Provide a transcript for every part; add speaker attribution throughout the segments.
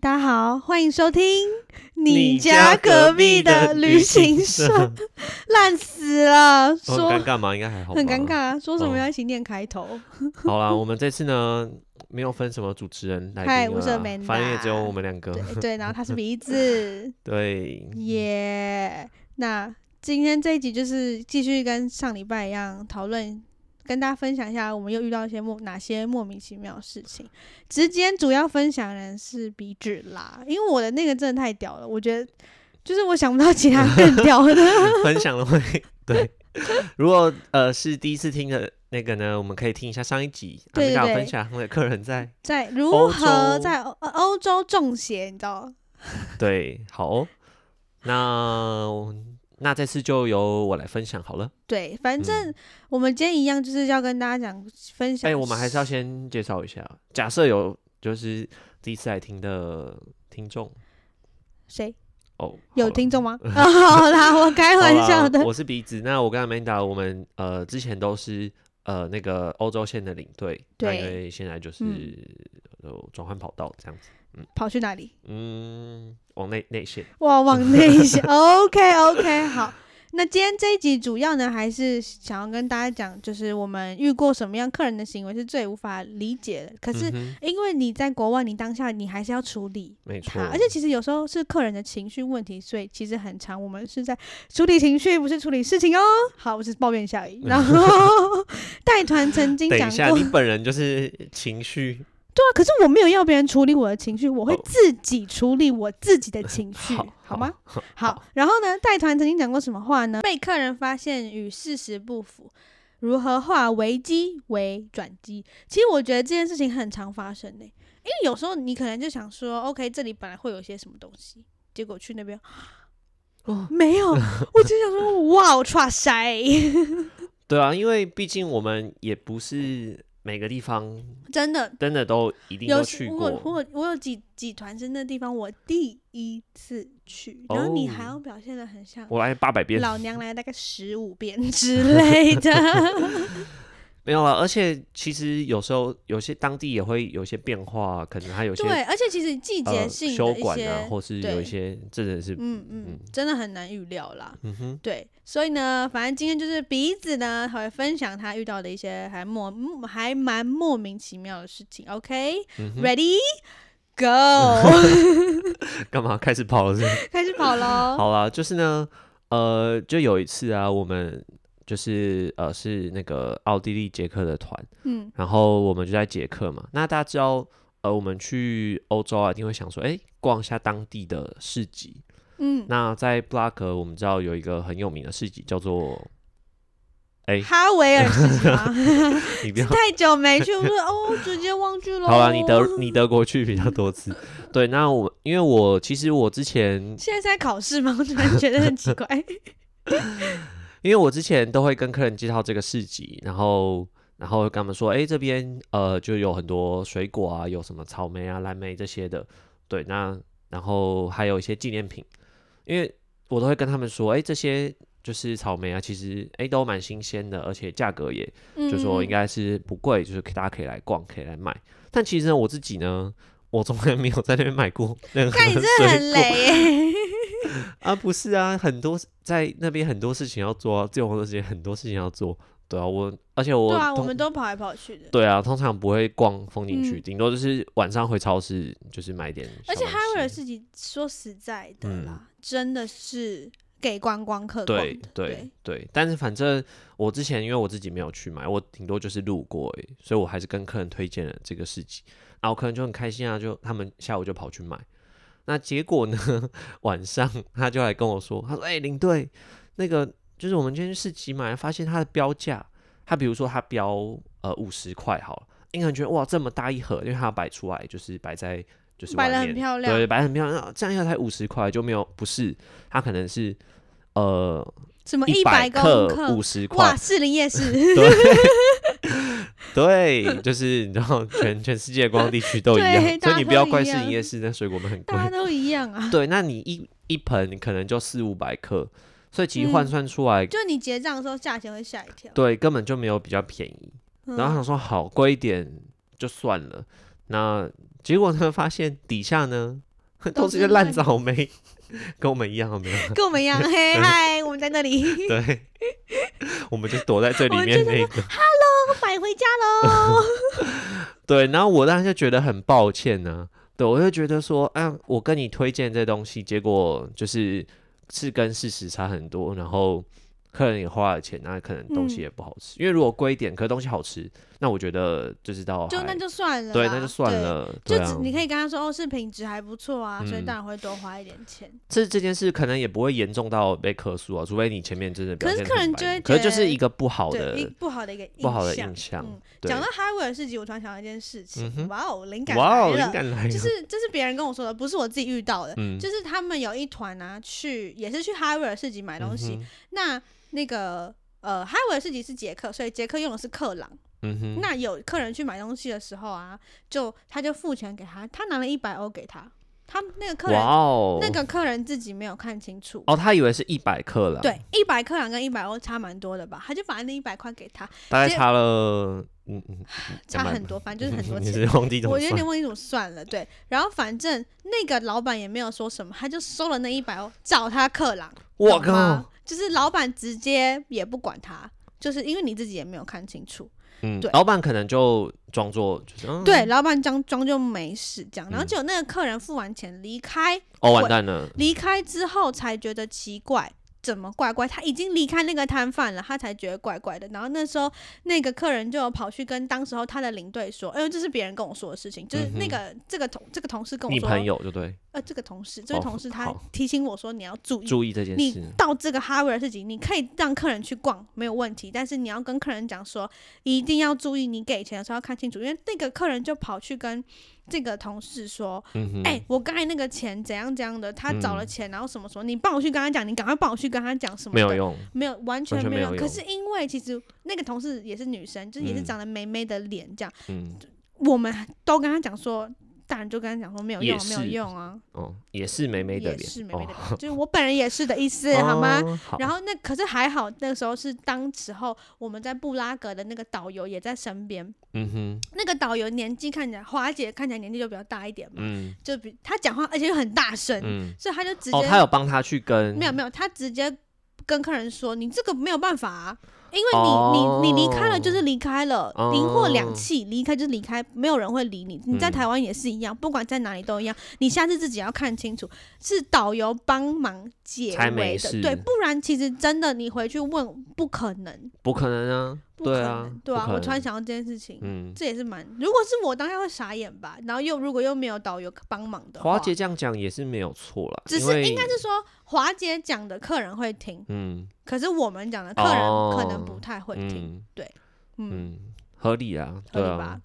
Speaker 1: 大家好，欢迎收听
Speaker 2: 你
Speaker 1: 家隔壁
Speaker 2: 的
Speaker 1: 旅行社
Speaker 2: 社，，
Speaker 1: 烂死了，
Speaker 2: 我很
Speaker 1: 说
Speaker 2: 尴尬吗？应该还好，
Speaker 1: 很尴尬。啊，说什么
Speaker 2: 哦
Speaker 1: 要一起念开头？
Speaker 2: 好啦，我们这次呢没有分什么主持人来宾
Speaker 1: 嗨
Speaker 2: 了
Speaker 1: 我是
Speaker 2: 啦
Speaker 1: Amanda
Speaker 2: 反正也只有我们两个。
Speaker 1: 对对，然后他是鼻 子，
Speaker 2: 对，
Speaker 1: 嗯耶。那今天这一集就是继续跟上礼拜一样讨论。跟大家分享一下，我们又遇到一些莫哪些莫名其妙的事情。其实今天主要分享人是鼻子啦，因为我的那个真的太屌了，我觉得就是我想不到其他更屌的。
Speaker 2: 分享了会对。如果呃是第一次听的那个呢，我们可以听一下上一集，啊
Speaker 1: 对
Speaker 2: 那
Speaker 1: 对对
Speaker 2: 个分享我的客人在
Speaker 1: 在如
Speaker 2: 欧
Speaker 1: 何
Speaker 2: 洲
Speaker 1: 在欧呃欧洲中邪，你知道？
Speaker 2: 对，好哦。那那这次就由我来分享好了。
Speaker 1: 对，反正我们今天一样就是要跟大家讲分享。
Speaker 2: 嗯哎、我们还是要先介绍一下，假设有就是第一次来听的听众
Speaker 1: 谁
Speaker 2: 哦，
Speaker 1: 有
Speaker 2: 好了
Speaker 1: 听众 吗？好啦，我开
Speaker 2: 好
Speaker 1: 玩
Speaker 2: 啦
Speaker 1: 笑的。
Speaker 2: 我是鼻子，那我跟 Amanda 我们呃之前都是呃那个欧洲线的领队，那
Speaker 1: 对嗯
Speaker 2: 因为现在就是呃转换、跑道这样子，
Speaker 1: 跑去哪里？
Speaker 2: 嗯，往内内线，
Speaker 1: 哇，往内一 些。OK OK，好。那今天这一集主要呢，还是想要跟大家讲，就是我们遇过什么样客人的行为是最无法理解的。可是
Speaker 2: 嗯哼
Speaker 1: 因为你在国外，你当下你还是要处理，
Speaker 2: 没错
Speaker 1: 他，，而且其实有时候是客人的情绪问题，所以其实很长，我们是在处理情绪，不是处理事情哦。好，我只是抱怨一下而已。 然后带团曾经
Speaker 2: 等
Speaker 1: 讲
Speaker 2: 一下，
Speaker 1: 过，
Speaker 2: 你
Speaker 1: 对
Speaker 2: 本人就是情绪
Speaker 1: 啊，可是我没有要别人处理我的情绪，我会
Speaker 2: 哦
Speaker 1: 自己处理我自己的情绪，
Speaker 2: 好
Speaker 1: 吗？？好，然后呢，带团曾经讲过什么话呢？被客人发现与事实不符，如何化危机为转机？其实我觉得这件事情很常发生呢、因为有时候你可能就想说，OK，这里本来会有一些什么东西，结果去那边。
Speaker 2: 哦
Speaker 1: 没有，我就想说，哇，我哇塞，
Speaker 2: 对啊，因为毕竟我们也不是每个地方
Speaker 1: 真的
Speaker 2: 真的都一定
Speaker 1: 有
Speaker 2: 都
Speaker 1: 时
Speaker 2: 去
Speaker 1: 我有
Speaker 2: 过，
Speaker 1: 我有我有几几团是那地方我第一次去，然后你还
Speaker 2: 哦
Speaker 1: 要表现的很像
Speaker 2: 我来八百遍，
Speaker 1: 老娘来大概十五遍之类的。
Speaker 2: 没有啊，而且其实有时候有些当地也会有一些变化，啊可能还有些
Speaker 1: 对，而且其实季节
Speaker 2: 呃
Speaker 1: 性
Speaker 2: 修
Speaker 1: 的一
Speaker 2: 管
Speaker 1: 些，
Speaker 2: 啊，或是有
Speaker 1: 对
Speaker 2: 一些真的是，
Speaker 1: 嗯嗯
Speaker 2: 嗯，
Speaker 1: 真的很难预料啦。
Speaker 2: 嗯哼，
Speaker 1: 对，所以呢，反正今天就是鼻子呢，还会分享他遇到的一些还莫嗯还蛮莫名其妙的事情。
Speaker 2: 嗯
Speaker 1: OK，Ready、Go，
Speaker 2: 干嘛开始 跑了是不是？
Speaker 1: 开始跑喽。
Speaker 2: 好啦，就是呢，呃，就有一次啊，我们就是呃是那个奥地利捷克的团，
Speaker 1: 嗯，
Speaker 2: 然后我们就在捷克嘛。那大家知道，呃，我们去欧洲啊，一定会想说，哎、逛一下当地的市集。
Speaker 1: 嗯，
Speaker 2: 那在布拉格，我们知道有一个很有名的市集叫做，哎、
Speaker 1: 哈维尔事情吗？
Speaker 2: 你不要
Speaker 1: 太久没去，我说哦，直接忘记了。
Speaker 2: 好啊啦，你德
Speaker 1: 哦
Speaker 2: 你德国去比较多次，对，那我因为我其实我之前，
Speaker 1: 现在是在考试吗？我突然觉得很奇怪。
Speaker 2: 因为我之前都会跟客人介绍这个市集，然后然后跟他们说，哎、这边呃就有很多水果啊，有什么草莓啊、蓝莓这些的，对，那然后还有一些纪念品，因为我都会跟他们说，哎、这些就是草莓啊，其实哎、诶都蛮新鲜的，而且价格也
Speaker 1: 嗯，
Speaker 2: 就
Speaker 1: 嗯
Speaker 2: 说应该是不贵，就是大家可以来逛，可以来买。但其实呢，我自己呢，我从来没有在那边买过任何
Speaker 1: 看你真的很
Speaker 2: 水果
Speaker 1: 雷耶。
Speaker 2: 啊，不是啊，很多在那边很多事情要做啊，自由活动时间很多事情要做。对啊，我而且我
Speaker 1: 对啊，我
Speaker 2: 通
Speaker 1: 们都跑来跑去的。
Speaker 2: 对啊，通常不会逛风景区，
Speaker 1: 嗯
Speaker 2: 顶、多就是晚上回超市就是买点小
Speaker 1: 而
Speaker 2: 东西。嗯
Speaker 1: 且哈维尔自己说实在的啦，真的是给观光客逛
Speaker 2: 对
Speaker 1: 的。
Speaker 2: 对对，但是反正我之前因为我自己没有去买，我顶多就是路过而已，所以我还是跟客人推荐了这个市集，然后客人就很开心啊，就他们下午就跑去买。那结果呢， 晚上他就来跟我说，他说：“哎、领队，那个就是我们今天去市集买，发现它的标价，它比如说它标呃五十块好了，因为人觉得哇这么大一盒，因为它摆出来就是摆在就是
Speaker 1: 摆
Speaker 2: 外
Speaker 1: 得很
Speaker 2: 面
Speaker 1: 漂亮
Speaker 2: 对，摆得很漂亮，啊这样一盒才五十块就没有不是，它可能是。”呃，
Speaker 1: 什么
Speaker 2: 一
Speaker 1: 百
Speaker 2: 百
Speaker 1: 公
Speaker 2: 克
Speaker 1: 克
Speaker 2: 五？十
Speaker 1: 哇，
Speaker 2: 块，
Speaker 1: 士林夜市
Speaker 2: 对，就是你知道，全全世界光地区都一
Speaker 1: 对
Speaker 2: 样，
Speaker 1: 大
Speaker 2: 所
Speaker 1: 家
Speaker 2: 以你
Speaker 1: 都
Speaker 2: 不要
Speaker 1: 一
Speaker 2: 怪士
Speaker 1: 样
Speaker 2: 林夜市那水果们很贵
Speaker 1: 大。家都一样啊。
Speaker 2: 对，那你一一盆可能就四五百克，所以其实换
Speaker 1: 嗯
Speaker 2: 算出来，
Speaker 1: 就你结账的时候，价钱会吓一跳。
Speaker 2: 对，根本就没有比较便宜。
Speaker 1: 嗯，
Speaker 2: 然后想说好贵一点就算了，那结果呢，发现底下呢 都是一些烂草莓， 跟我们一样好没有？
Speaker 1: 跟我们一 样，嘿嗨，我们在那里，
Speaker 2: 对，我们就躲在最里
Speaker 1: 我
Speaker 2: 面
Speaker 1: 觉得
Speaker 2: 那个。
Speaker 1: 我买回家 喽。
Speaker 2: 对，然后我当时就觉得很抱歉呢、对，我就觉得说，啊，我跟你推荐这东西，结果就是是跟事实差很多，然后客人也花了钱，那可能东西
Speaker 1: 嗯
Speaker 2: 也不好吃。因为如果贵一点，可是东西好吃，那我觉得就是到
Speaker 1: 就
Speaker 2: 还
Speaker 1: 那就算了啦，啊
Speaker 2: 对，那就算
Speaker 1: 对。
Speaker 2: 了。
Speaker 1: 就
Speaker 2: 对
Speaker 1: 只
Speaker 2: 啊，
Speaker 1: 你可以跟他说哦，是品质还不错啊，所以
Speaker 2: 嗯
Speaker 1: 当然会多花一点钱。
Speaker 2: 这这件事可能也不会严重到被客诉啊，除非你前面真的表
Speaker 1: 可是
Speaker 2: 现得
Speaker 1: 客
Speaker 2: 很
Speaker 1: 人
Speaker 2: 白
Speaker 1: 就
Speaker 2: 目
Speaker 1: 会
Speaker 2: 可是就
Speaker 1: 觉
Speaker 2: 是
Speaker 1: 得
Speaker 2: 一个不好
Speaker 1: 对，一
Speaker 2: 的
Speaker 1: 不好的一个印
Speaker 2: 不好的
Speaker 1: 象
Speaker 2: 印象
Speaker 1: 嗯。
Speaker 2: 对
Speaker 1: 讲到哈维尔市集，我突然想到一件事情
Speaker 2: 嗯，哼
Speaker 1: 哇哦，灵感
Speaker 2: 哇哦，
Speaker 1: 来
Speaker 2: 灵
Speaker 1: 了，
Speaker 2: 感来了，
Speaker 1: 就是这是别人跟我说的，不是我自己遇到的。
Speaker 2: 嗯，
Speaker 1: 就是他们有一团啊，去也是去哈维尔市集买东西。
Speaker 2: 嗯哼
Speaker 1: 那那个呃，哈维尔市集是捷克，所以捷克用的是克朗。
Speaker 2: 嗯哼，
Speaker 1: 那有客人去买东西的时候啊，就他就付钱给他，他拿了一百欧给他，他那个客人、
Speaker 2: 哇哦，
Speaker 1: 那个客人自己没有看清楚。
Speaker 2: 哦，他以为是一百克了，
Speaker 1: 对，，一百克朗跟一百欧差蛮多的吧？他就把那一百块给他，
Speaker 2: 大概
Speaker 1: 结
Speaker 2: 差了，嗯嗯，
Speaker 1: 差
Speaker 2: 200
Speaker 1: 很多，反正就是很多
Speaker 2: 你
Speaker 1: 钱。
Speaker 2: 是忘记怎么
Speaker 1: 我有点
Speaker 2: 算，
Speaker 1: 忘记怎么算了，对。然后反正那个老板也没有说什么，他就收了那一百欧，找他克朗。
Speaker 2: 我
Speaker 1: 懂吗
Speaker 2: 靠，！
Speaker 1: 就是老板直接也不管他，就是因为你自己也没有看清楚。
Speaker 2: 嗯
Speaker 1: 对，
Speaker 2: 老板可能就装作就是，嗯
Speaker 1: 对，，老板装装就没事这样，然后
Speaker 2: 嗯
Speaker 1: 结果那个客人付完钱离开，
Speaker 2: 哦，完
Speaker 1: 滚
Speaker 2: 蛋了，
Speaker 1: 离开之后才觉得奇怪。怎么怪怪？他已经离开那个摊贩了，他才觉得怪怪的。然后那时候那个客人就有跑去跟当时候他的领队说：“哎呦，这是别人跟我说的事情，就是
Speaker 2: 嗯哼
Speaker 1: 那个、这个同这个同事跟我
Speaker 2: 你
Speaker 1: 说，
Speaker 2: 朋友就对，
Speaker 1: 呃，这个同事这位
Speaker 2: 哦
Speaker 1: 同事他
Speaker 2: 好
Speaker 1: 提醒我说你要注意
Speaker 2: 注意这件
Speaker 1: 你
Speaker 2: 事，
Speaker 1: 到这个哈维尔市集，你可以让客人去逛，没有问题。但是你要跟客人讲说，一定要注意，你给钱的时候要看清楚，因为那个客人就跑去跟这个同事说：“
Speaker 2: 嗯哼，
Speaker 1: 哎、我刚才那个钱怎样怎样的，他找了
Speaker 2: 嗯
Speaker 1: 钱，然后什么什么，你帮我去跟他讲，你赶快帮我去跟他讲什么。”
Speaker 2: 没有。用，
Speaker 1: 没有，完全
Speaker 2: 全
Speaker 1: 没
Speaker 2: 没
Speaker 1: 有。
Speaker 2: 有
Speaker 1: 可
Speaker 2: 用
Speaker 1: 是因为其实那个同事也是女生，就是也是
Speaker 2: 嗯
Speaker 1: 长得美美的脸这样，
Speaker 2: 嗯，
Speaker 1: 我们都跟他讲说，大人就跟他讲说没有
Speaker 2: 也
Speaker 1: 用啊，没有
Speaker 2: 是
Speaker 1: 用啊，
Speaker 2: 哦，也是美美的
Speaker 1: 也
Speaker 2: 脸，
Speaker 1: 是美
Speaker 2: 哦
Speaker 1: 美的脸， 就是我本人也是的意思，好吗？
Speaker 2: 哦好
Speaker 1: 然后那可是还好，那个时候是当时候我们在布拉格的那个导游也在身边。
Speaker 2: 嗯哼，
Speaker 1: 那个导游年纪看起来，华姐看起来年纪就比较大一点嘛，
Speaker 2: 嗯
Speaker 1: 就比她讲话，而且又很大声，
Speaker 2: 嗯，
Speaker 1: 所以她就直接、
Speaker 2: 哦，他有帮他去跟，
Speaker 1: 没有没有，她直接跟客人说：“你这个没有办法、啊，因为你、你你离开了就是离开了，
Speaker 2: 哦
Speaker 1: 离货两气，离开就是离开，没有人会理你。你在
Speaker 2: 嗯
Speaker 1: 台湾也是一样，不管在哪里都一样。你下次自己要看清楚，是导游帮忙解
Speaker 2: 才没
Speaker 1: 围的，
Speaker 2: 事
Speaker 1: 对，不然其实真的你回去问，不可能，
Speaker 2: 不可能啊，
Speaker 1: 不可
Speaker 2: 对
Speaker 1: 能
Speaker 2: 啊，，
Speaker 1: 对
Speaker 2: 不
Speaker 1: 啊，
Speaker 2: 可
Speaker 1: 我突然
Speaker 2: 能，
Speaker 1: 想到这件事情。
Speaker 2: 嗯，
Speaker 1: 这也是蛮，如果是我当下会傻眼吧，然后又如果又没有导游帮忙的话，
Speaker 2: 华姐这样讲也是没有错啦，
Speaker 1: 只
Speaker 2: 因
Speaker 1: 是
Speaker 2: 为
Speaker 1: 应该是说华姐讲的客人会听，
Speaker 2: 嗯
Speaker 1: 可是我们讲的客人可能
Speaker 2: 哦
Speaker 1: 不太会听，
Speaker 2: 嗯
Speaker 1: 嗯，
Speaker 2: 嗯，合理啊，
Speaker 1: 合
Speaker 2: 对
Speaker 1: 理
Speaker 2: 啊
Speaker 1: 吧，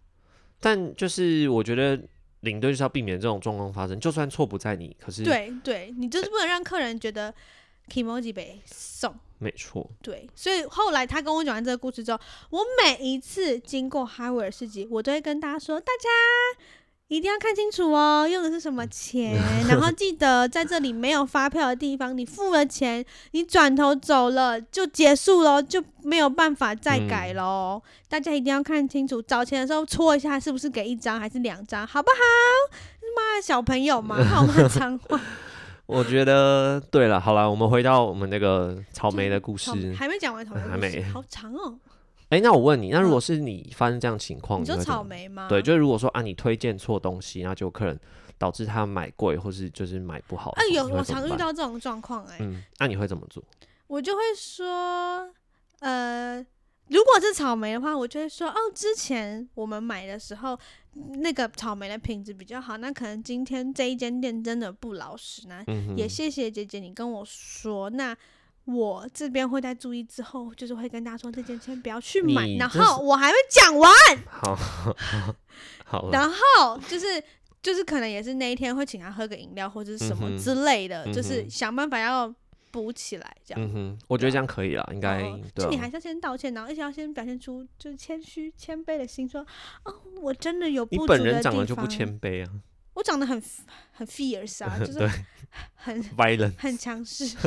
Speaker 2: 但就是我觉得领队就是要避免这种状况发生，就算错不在你，可是
Speaker 1: 对对，你就是不能让客人觉得 emoji 被送。
Speaker 2: 没错，
Speaker 1: 对，所以后来他跟我讲完这个故事之后，我每一次经过哈维尔市集，我都会跟大家说，大家一定要看清楚哦，用的是什
Speaker 2: 嗯
Speaker 1: 么 钱，然后记得在这里没有发票的地方，你付了钱，你转头走了就结束喽，就没有办法再改
Speaker 2: 嗯
Speaker 1: 喽。大家一定要看清楚，找钱的时候戳一下，是不是给一张还是两张，好不好？妈，小朋友嘛， 好骂脏话，
Speaker 2: 我觉得对了，好了，我们回到我们那个草莓的故事嗯
Speaker 1: 草。莓还没讲完草莓的
Speaker 2: 还
Speaker 1: 故事，
Speaker 2: 没
Speaker 1: 好长哦。
Speaker 2: 哎、那我问你，那
Speaker 1: 嗯
Speaker 2: 如果是你发生这样情况，
Speaker 1: 你说
Speaker 2: 会怎么
Speaker 1: 草？莓吗？
Speaker 2: 对，就是如果说啊，你推荐错东西，然后就客人导致他买贵，或是就是买不好的
Speaker 1: 哎
Speaker 2: 话，
Speaker 1: 有
Speaker 2: 你会
Speaker 1: 我
Speaker 2: 怎么
Speaker 1: 常遇
Speaker 2: 办，
Speaker 1: 到这种状况哎，
Speaker 2: 嗯，那、你会怎么做？
Speaker 1: 我就会说，呃，如果是草莓的话，我就会说，哦，之前我们买的时候，那个草莓的品质比较好，那可能今天这一间店真的不老实呢，
Speaker 2: 嗯哼，
Speaker 1: 也谢谢姐姐你跟我说，那。我这边会在注意之后，就是会跟大家说这间先不要去买，
Speaker 2: 你
Speaker 1: 然
Speaker 2: 这是
Speaker 1: 后我还会讲完，
Speaker 2: 好，嗯好 了，
Speaker 1: 然后哦就是就是可能也是那一天会请他喝个饮料或者是什
Speaker 2: 嗯
Speaker 1: 么
Speaker 2: 哼
Speaker 1: 之类的，就
Speaker 2: 嗯
Speaker 1: 是
Speaker 2: 哼
Speaker 1: 想办法要补起来这样。
Speaker 2: 嗯哼，我觉得这样可以啦，应该
Speaker 1: 哦
Speaker 2: 对、
Speaker 1: 就
Speaker 2: 啊。
Speaker 1: 你还是要先道歉，然后而且要先表现出就是谦虚、谦卑的心，说哦，我真的有
Speaker 2: 你
Speaker 1: 不足的
Speaker 2: 本
Speaker 1: 地
Speaker 2: 人
Speaker 1: 方。
Speaker 2: 长得就不谦卑啊，
Speaker 1: 我长得很 f- 很 fierce 啊，就是
Speaker 2: 对
Speaker 1: 很
Speaker 2: ，violent。
Speaker 1: 很强势。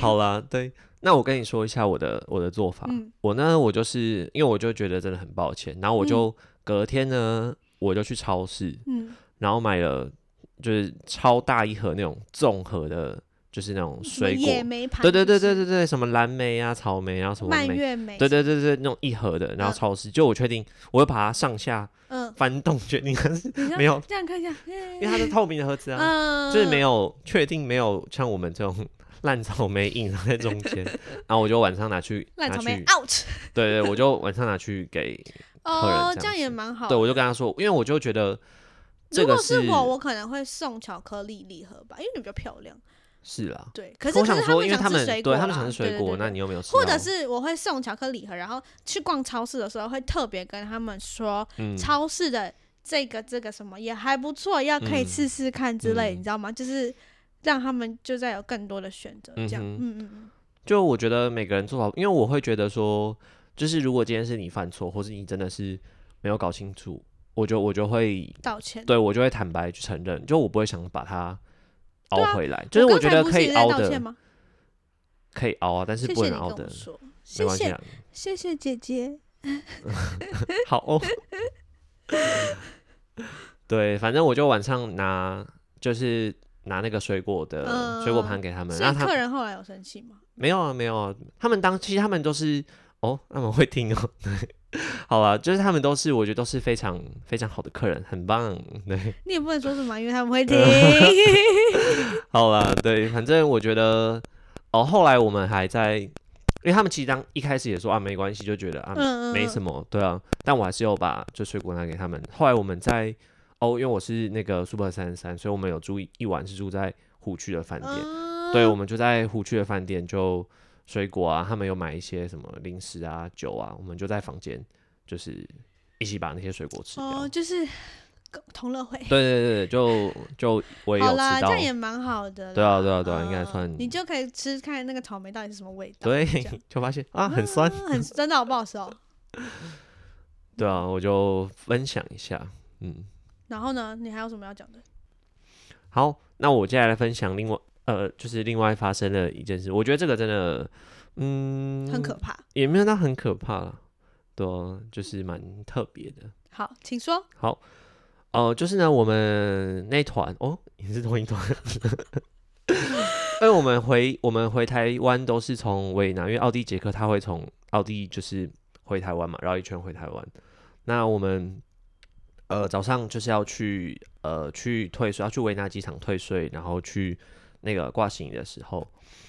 Speaker 2: 好啦，对，那我跟你说一下我的我的做法。
Speaker 1: 嗯
Speaker 2: 我呢，我就是因为我就觉得真的很抱歉，然后我就隔天呢，我就去超市，
Speaker 1: 嗯
Speaker 2: 然后买了就是超大一盒那种综合的，就是那种
Speaker 1: 什么
Speaker 2: 水果，
Speaker 1: 野莓盘，
Speaker 2: 对对对对对对，什么蓝莓啊、草莓啊什么
Speaker 1: 蔓
Speaker 2: 莓，
Speaker 1: 越莓，
Speaker 2: 对对对对，那种一盒的，然后
Speaker 1: 嗯
Speaker 2: 超市，就我确定，我会把它上下
Speaker 1: 嗯，
Speaker 2: 翻动，确定它是，
Speaker 1: 你知道
Speaker 2: 没有
Speaker 1: 这样看一下，
Speaker 2: 因
Speaker 1: 因
Speaker 2: 为它是透明的盒 子啊，
Speaker 1: 嗯，
Speaker 2: 就是没有确定没有像我们这种 烂草莓印在中间，然后我就晚上拿去 拿
Speaker 1: 烂草莓
Speaker 2: 去，
Speaker 1: out
Speaker 2: 对对，我就晚上拿去给，客人
Speaker 1: 哦，
Speaker 2: 这样
Speaker 1: 这样也
Speaker 2: 子
Speaker 1: 蛮 好的。
Speaker 2: 对我就跟他说，因为我就觉得这
Speaker 1: 如
Speaker 2: 个
Speaker 1: 果是我，我可能会送巧克力礼盒吧，因为你比较漂亮。
Speaker 2: 是啦，
Speaker 1: 对，可是
Speaker 2: 我
Speaker 1: 可
Speaker 2: 想
Speaker 1: 是
Speaker 2: 说，因为
Speaker 1: 他
Speaker 2: 们
Speaker 1: 吃水果
Speaker 2: 对
Speaker 1: 啦，
Speaker 2: 他们想吃水
Speaker 1: 对
Speaker 2: 果，
Speaker 1: 对对
Speaker 2: 那你又没有吃到，
Speaker 1: 或者是我会送巧克力盒，然后去逛超市的时候会特别跟他们说，
Speaker 2: 嗯
Speaker 1: 超市的这个这个什么也还不错，要可以
Speaker 2: 嗯
Speaker 1: 试试看之类，
Speaker 2: 嗯
Speaker 1: 你知道吗？就是让他们就再有更多的选择，这样，
Speaker 2: 嗯
Speaker 1: 嗯
Speaker 2: 哼
Speaker 1: 嗯嗯，
Speaker 2: 就我觉得每个人做法，因为我会觉得说，就是如果今天是你犯错，或是你真的是没有搞清楚，我就我就会
Speaker 1: 道歉。
Speaker 2: 对我就会坦白去承认，就我不会想把它
Speaker 1: 对
Speaker 2: 凹
Speaker 1: 啊
Speaker 2: 回来，就是我觉
Speaker 1: 刚才
Speaker 2: 得
Speaker 1: 不
Speaker 2: 可
Speaker 1: 是
Speaker 2: 以
Speaker 1: 也在
Speaker 2: 凹
Speaker 1: 道歉
Speaker 2: 的，
Speaker 1: 吗？
Speaker 2: 可以凹啊，但是
Speaker 1: 谢
Speaker 2: 不
Speaker 1: 谢
Speaker 2: 能
Speaker 1: 你
Speaker 2: 凹
Speaker 1: 跟我
Speaker 2: 的，
Speaker 1: 说，
Speaker 2: 没
Speaker 1: 谢
Speaker 2: 关系
Speaker 1: 谢
Speaker 2: 啊，
Speaker 1: 谢谢姐姐，
Speaker 2: 好 哦。对，反正我就晚上拿，就是拿那个水果的、
Speaker 1: 嗯
Speaker 2: 水果盘给他们，
Speaker 1: 所
Speaker 2: 让
Speaker 1: 以
Speaker 2: 他
Speaker 1: 客人后来有生气吗？
Speaker 2: 没有啊，没有啊，他们当其实他们都是哦，他们会听哦， 对，好啊，就是他们都是我觉得都是非常非常好的客人，很棒，对，
Speaker 1: 你也不能说什么，因为他们 会听。
Speaker 2: 好啦，对，反正我觉得哦，后来我们还在，因为他们其实当一开始也说啊没关系，就觉得啊、
Speaker 1: 嗯，
Speaker 2: 没
Speaker 1: 么。
Speaker 2: 什么，对啊，但我还是有把就水果拿给他们。后来我们在哦，因为我是那个 Super 三三，所以我们有住一一晚是住在湖区的饭店，
Speaker 1: 嗯，
Speaker 2: 对，我们就在湖区的饭店就水果啊，他们有买一些什么零食啊、酒啊，我们就在房间就是一起把那些水果吃掉。
Speaker 1: 哦，就是同乐会。
Speaker 2: 对对对，对就就我也有
Speaker 1: 好
Speaker 2: 吃
Speaker 1: 啦，这
Speaker 2: 到
Speaker 1: 样，也蛮好的啦。
Speaker 2: 对啊对啊对啊应该
Speaker 1: 嗯
Speaker 2: 算
Speaker 1: 你就可以吃看那个草莓到底是什么味道。
Speaker 2: 对
Speaker 1: 这样，
Speaker 2: 就发现啊很酸。
Speaker 1: 嗯 很真的好不好吃哦？
Speaker 2: 对啊，我就分享一下，嗯，
Speaker 1: 然后呢，你还有什么要讲的？
Speaker 2: 好，那我接下来分享另外呃，就是另外发生了一件事，我觉得这个真的，嗯，
Speaker 1: 很可怕。
Speaker 2: 也没有到很可怕啦，对啊、就是蛮特别的。
Speaker 1: 好，请说。
Speaker 2: 好，呃，就是呢，我们那团哦，也是同一团， 因为我们回我们回台湾都是从维也纳，因为奥地捷克他会从奥地就是回台湾嘛，绕一圈回台湾。那我们呃早上就是要去呃去退税，要去维也纳机场退税，然后去那个挂行李的时候，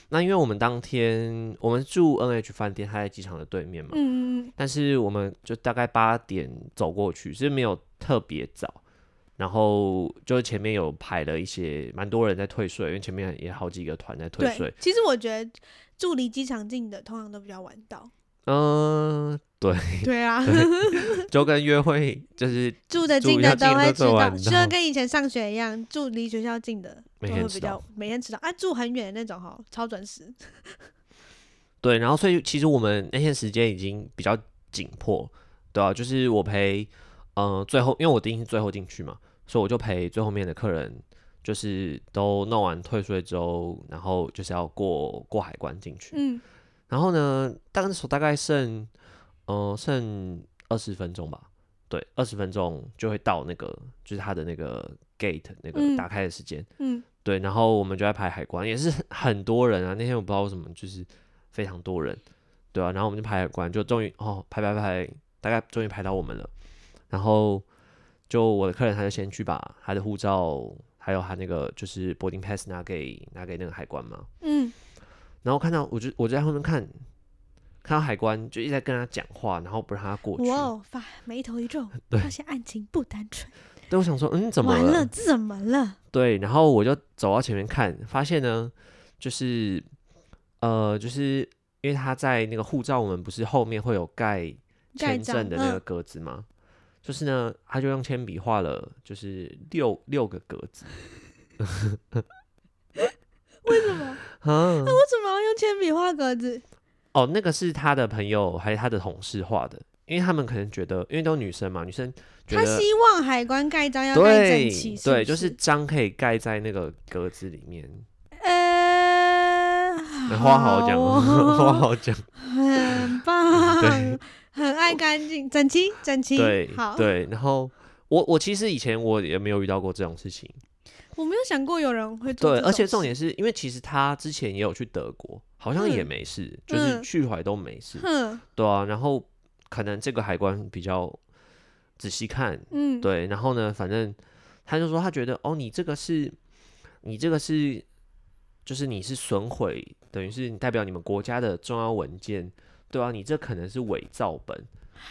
Speaker 2: 那因为我们当天我们住 NH 饭店，它在机场的对面嘛，
Speaker 1: 嗯嗯
Speaker 2: 但是我们就大概八点走过去，是没有特别早。然后就前面有排了一些蛮多人在退税，因为前面也好几个团在退税
Speaker 1: 对。。其实我觉得住离机场近的通常都比较晚 到。
Speaker 2: 嗯、
Speaker 1: 对啊，
Speaker 2: 就跟约会就是
Speaker 1: 住的近
Speaker 2: 住
Speaker 1: 的
Speaker 2: 比较
Speaker 1: 都
Speaker 2: 近
Speaker 1: 会
Speaker 2: 的
Speaker 1: 迟
Speaker 2: 都晚
Speaker 1: 到，
Speaker 2: 到
Speaker 1: 就跟以前上学一样，住离学校近的
Speaker 2: 每
Speaker 1: 都
Speaker 2: 天
Speaker 1: 会
Speaker 2: 迟
Speaker 1: 比
Speaker 2: 到
Speaker 1: 较每天迟到啊，住很远的那种哈，超准 时。
Speaker 2: 对，然后所以其实我们那天时间已经比较紧迫，对啊，就是我陪，嗯、最后因为我第一定是最后进去嘛，所以我就陪最后面的客人，就是都弄完退税之后，然后就是要过过海关进去。
Speaker 1: 嗯，
Speaker 2: 然后呢，大那时候大概剩，呃，剩二十分钟吧，对，二十分钟就会到那个，就是他的那个 gate 那个
Speaker 1: 嗯
Speaker 2: 打开的时间，
Speaker 1: 嗯，
Speaker 2: 对，然后我们就在排海关，也是很很多人啊，那天我不知道为什么就是非常多人，对啊，然后我们就排海关，就终于哦排排排，大概终于排到我们了，然后就我的客人他就先去把他的护照还有他那个就是 boarding pass 拿给拿给那个海关嘛，
Speaker 1: 嗯，
Speaker 2: 然后看到我就我就在后面看，看到海关就一直在跟他讲话，然后不让他过去。
Speaker 1: 哇哦，发眉头一皱，
Speaker 2: 对
Speaker 1: 发现案情不单纯，
Speaker 2: 对，我想说，嗯，怎么
Speaker 1: 完
Speaker 2: 了？
Speaker 1: 了，怎么了？
Speaker 2: 对，然后我就走到前面看，发现呢，就是呃，就是因为他在那个护照，我们不是后面会有盖
Speaker 1: 盖
Speaker 2: 签证
Speaker 1: 章
Speaker 2: 的那个
Speaker 1: 嗯，
Speaker 2: 格子吗？就是呢，他就用铅笔画了，就是六六个格子。
Speaker 1: 为什么？
Speaker 2: 啊，
Speaker 1: 为什么要用铅笔画格子？
Speaker 2: 哦，那个是他的朋友还有他的同事画的，因为他们可能觉得，因为都女生嘛，女生觉
Speaker 1: 他
Speaker 2: 得
Speaker 1: 希望海关盖章要盖
Speaker 2: 对
Speaker 1: 整齐，不
Speaker 2: 对，就是章可以盖在那个格子里面。
Speaker 1: 呃，
Speaker 2: 话好讲， 话
Speaker 1: 哦
Speaker 2: 好讲。
Speaker 1: 很 棒，很爱干净，整齐，整齐，
Speaker 2: 对
Speaker 1: 好，
Speaker 2: 对，然后我我其实以前我也没有遇到过这种事情，
Speaker 1: 我没有想过有人会做
Speaker 2: 对，
Speaker 1: 这
Speaker 2: 而且
Speaker 1: 种
Speaker 2: 重点是因为其实他之前也有去德国，好像也没事，就是
Speaker 1: 嗯
Speaker 2: 去回来都没事
Speaker 1: 事，，哼，
Speaker 2: 对啊。然后可能这个海关比较仔细看，
Speaker 1: 嗯，
Speaker 2: 对，然后呢，反正他就说他觉得哦，你这个是，你这个是，就是你是损毁，等于是你代表你们国家的重要文件，对啊，你这可能是伪造本，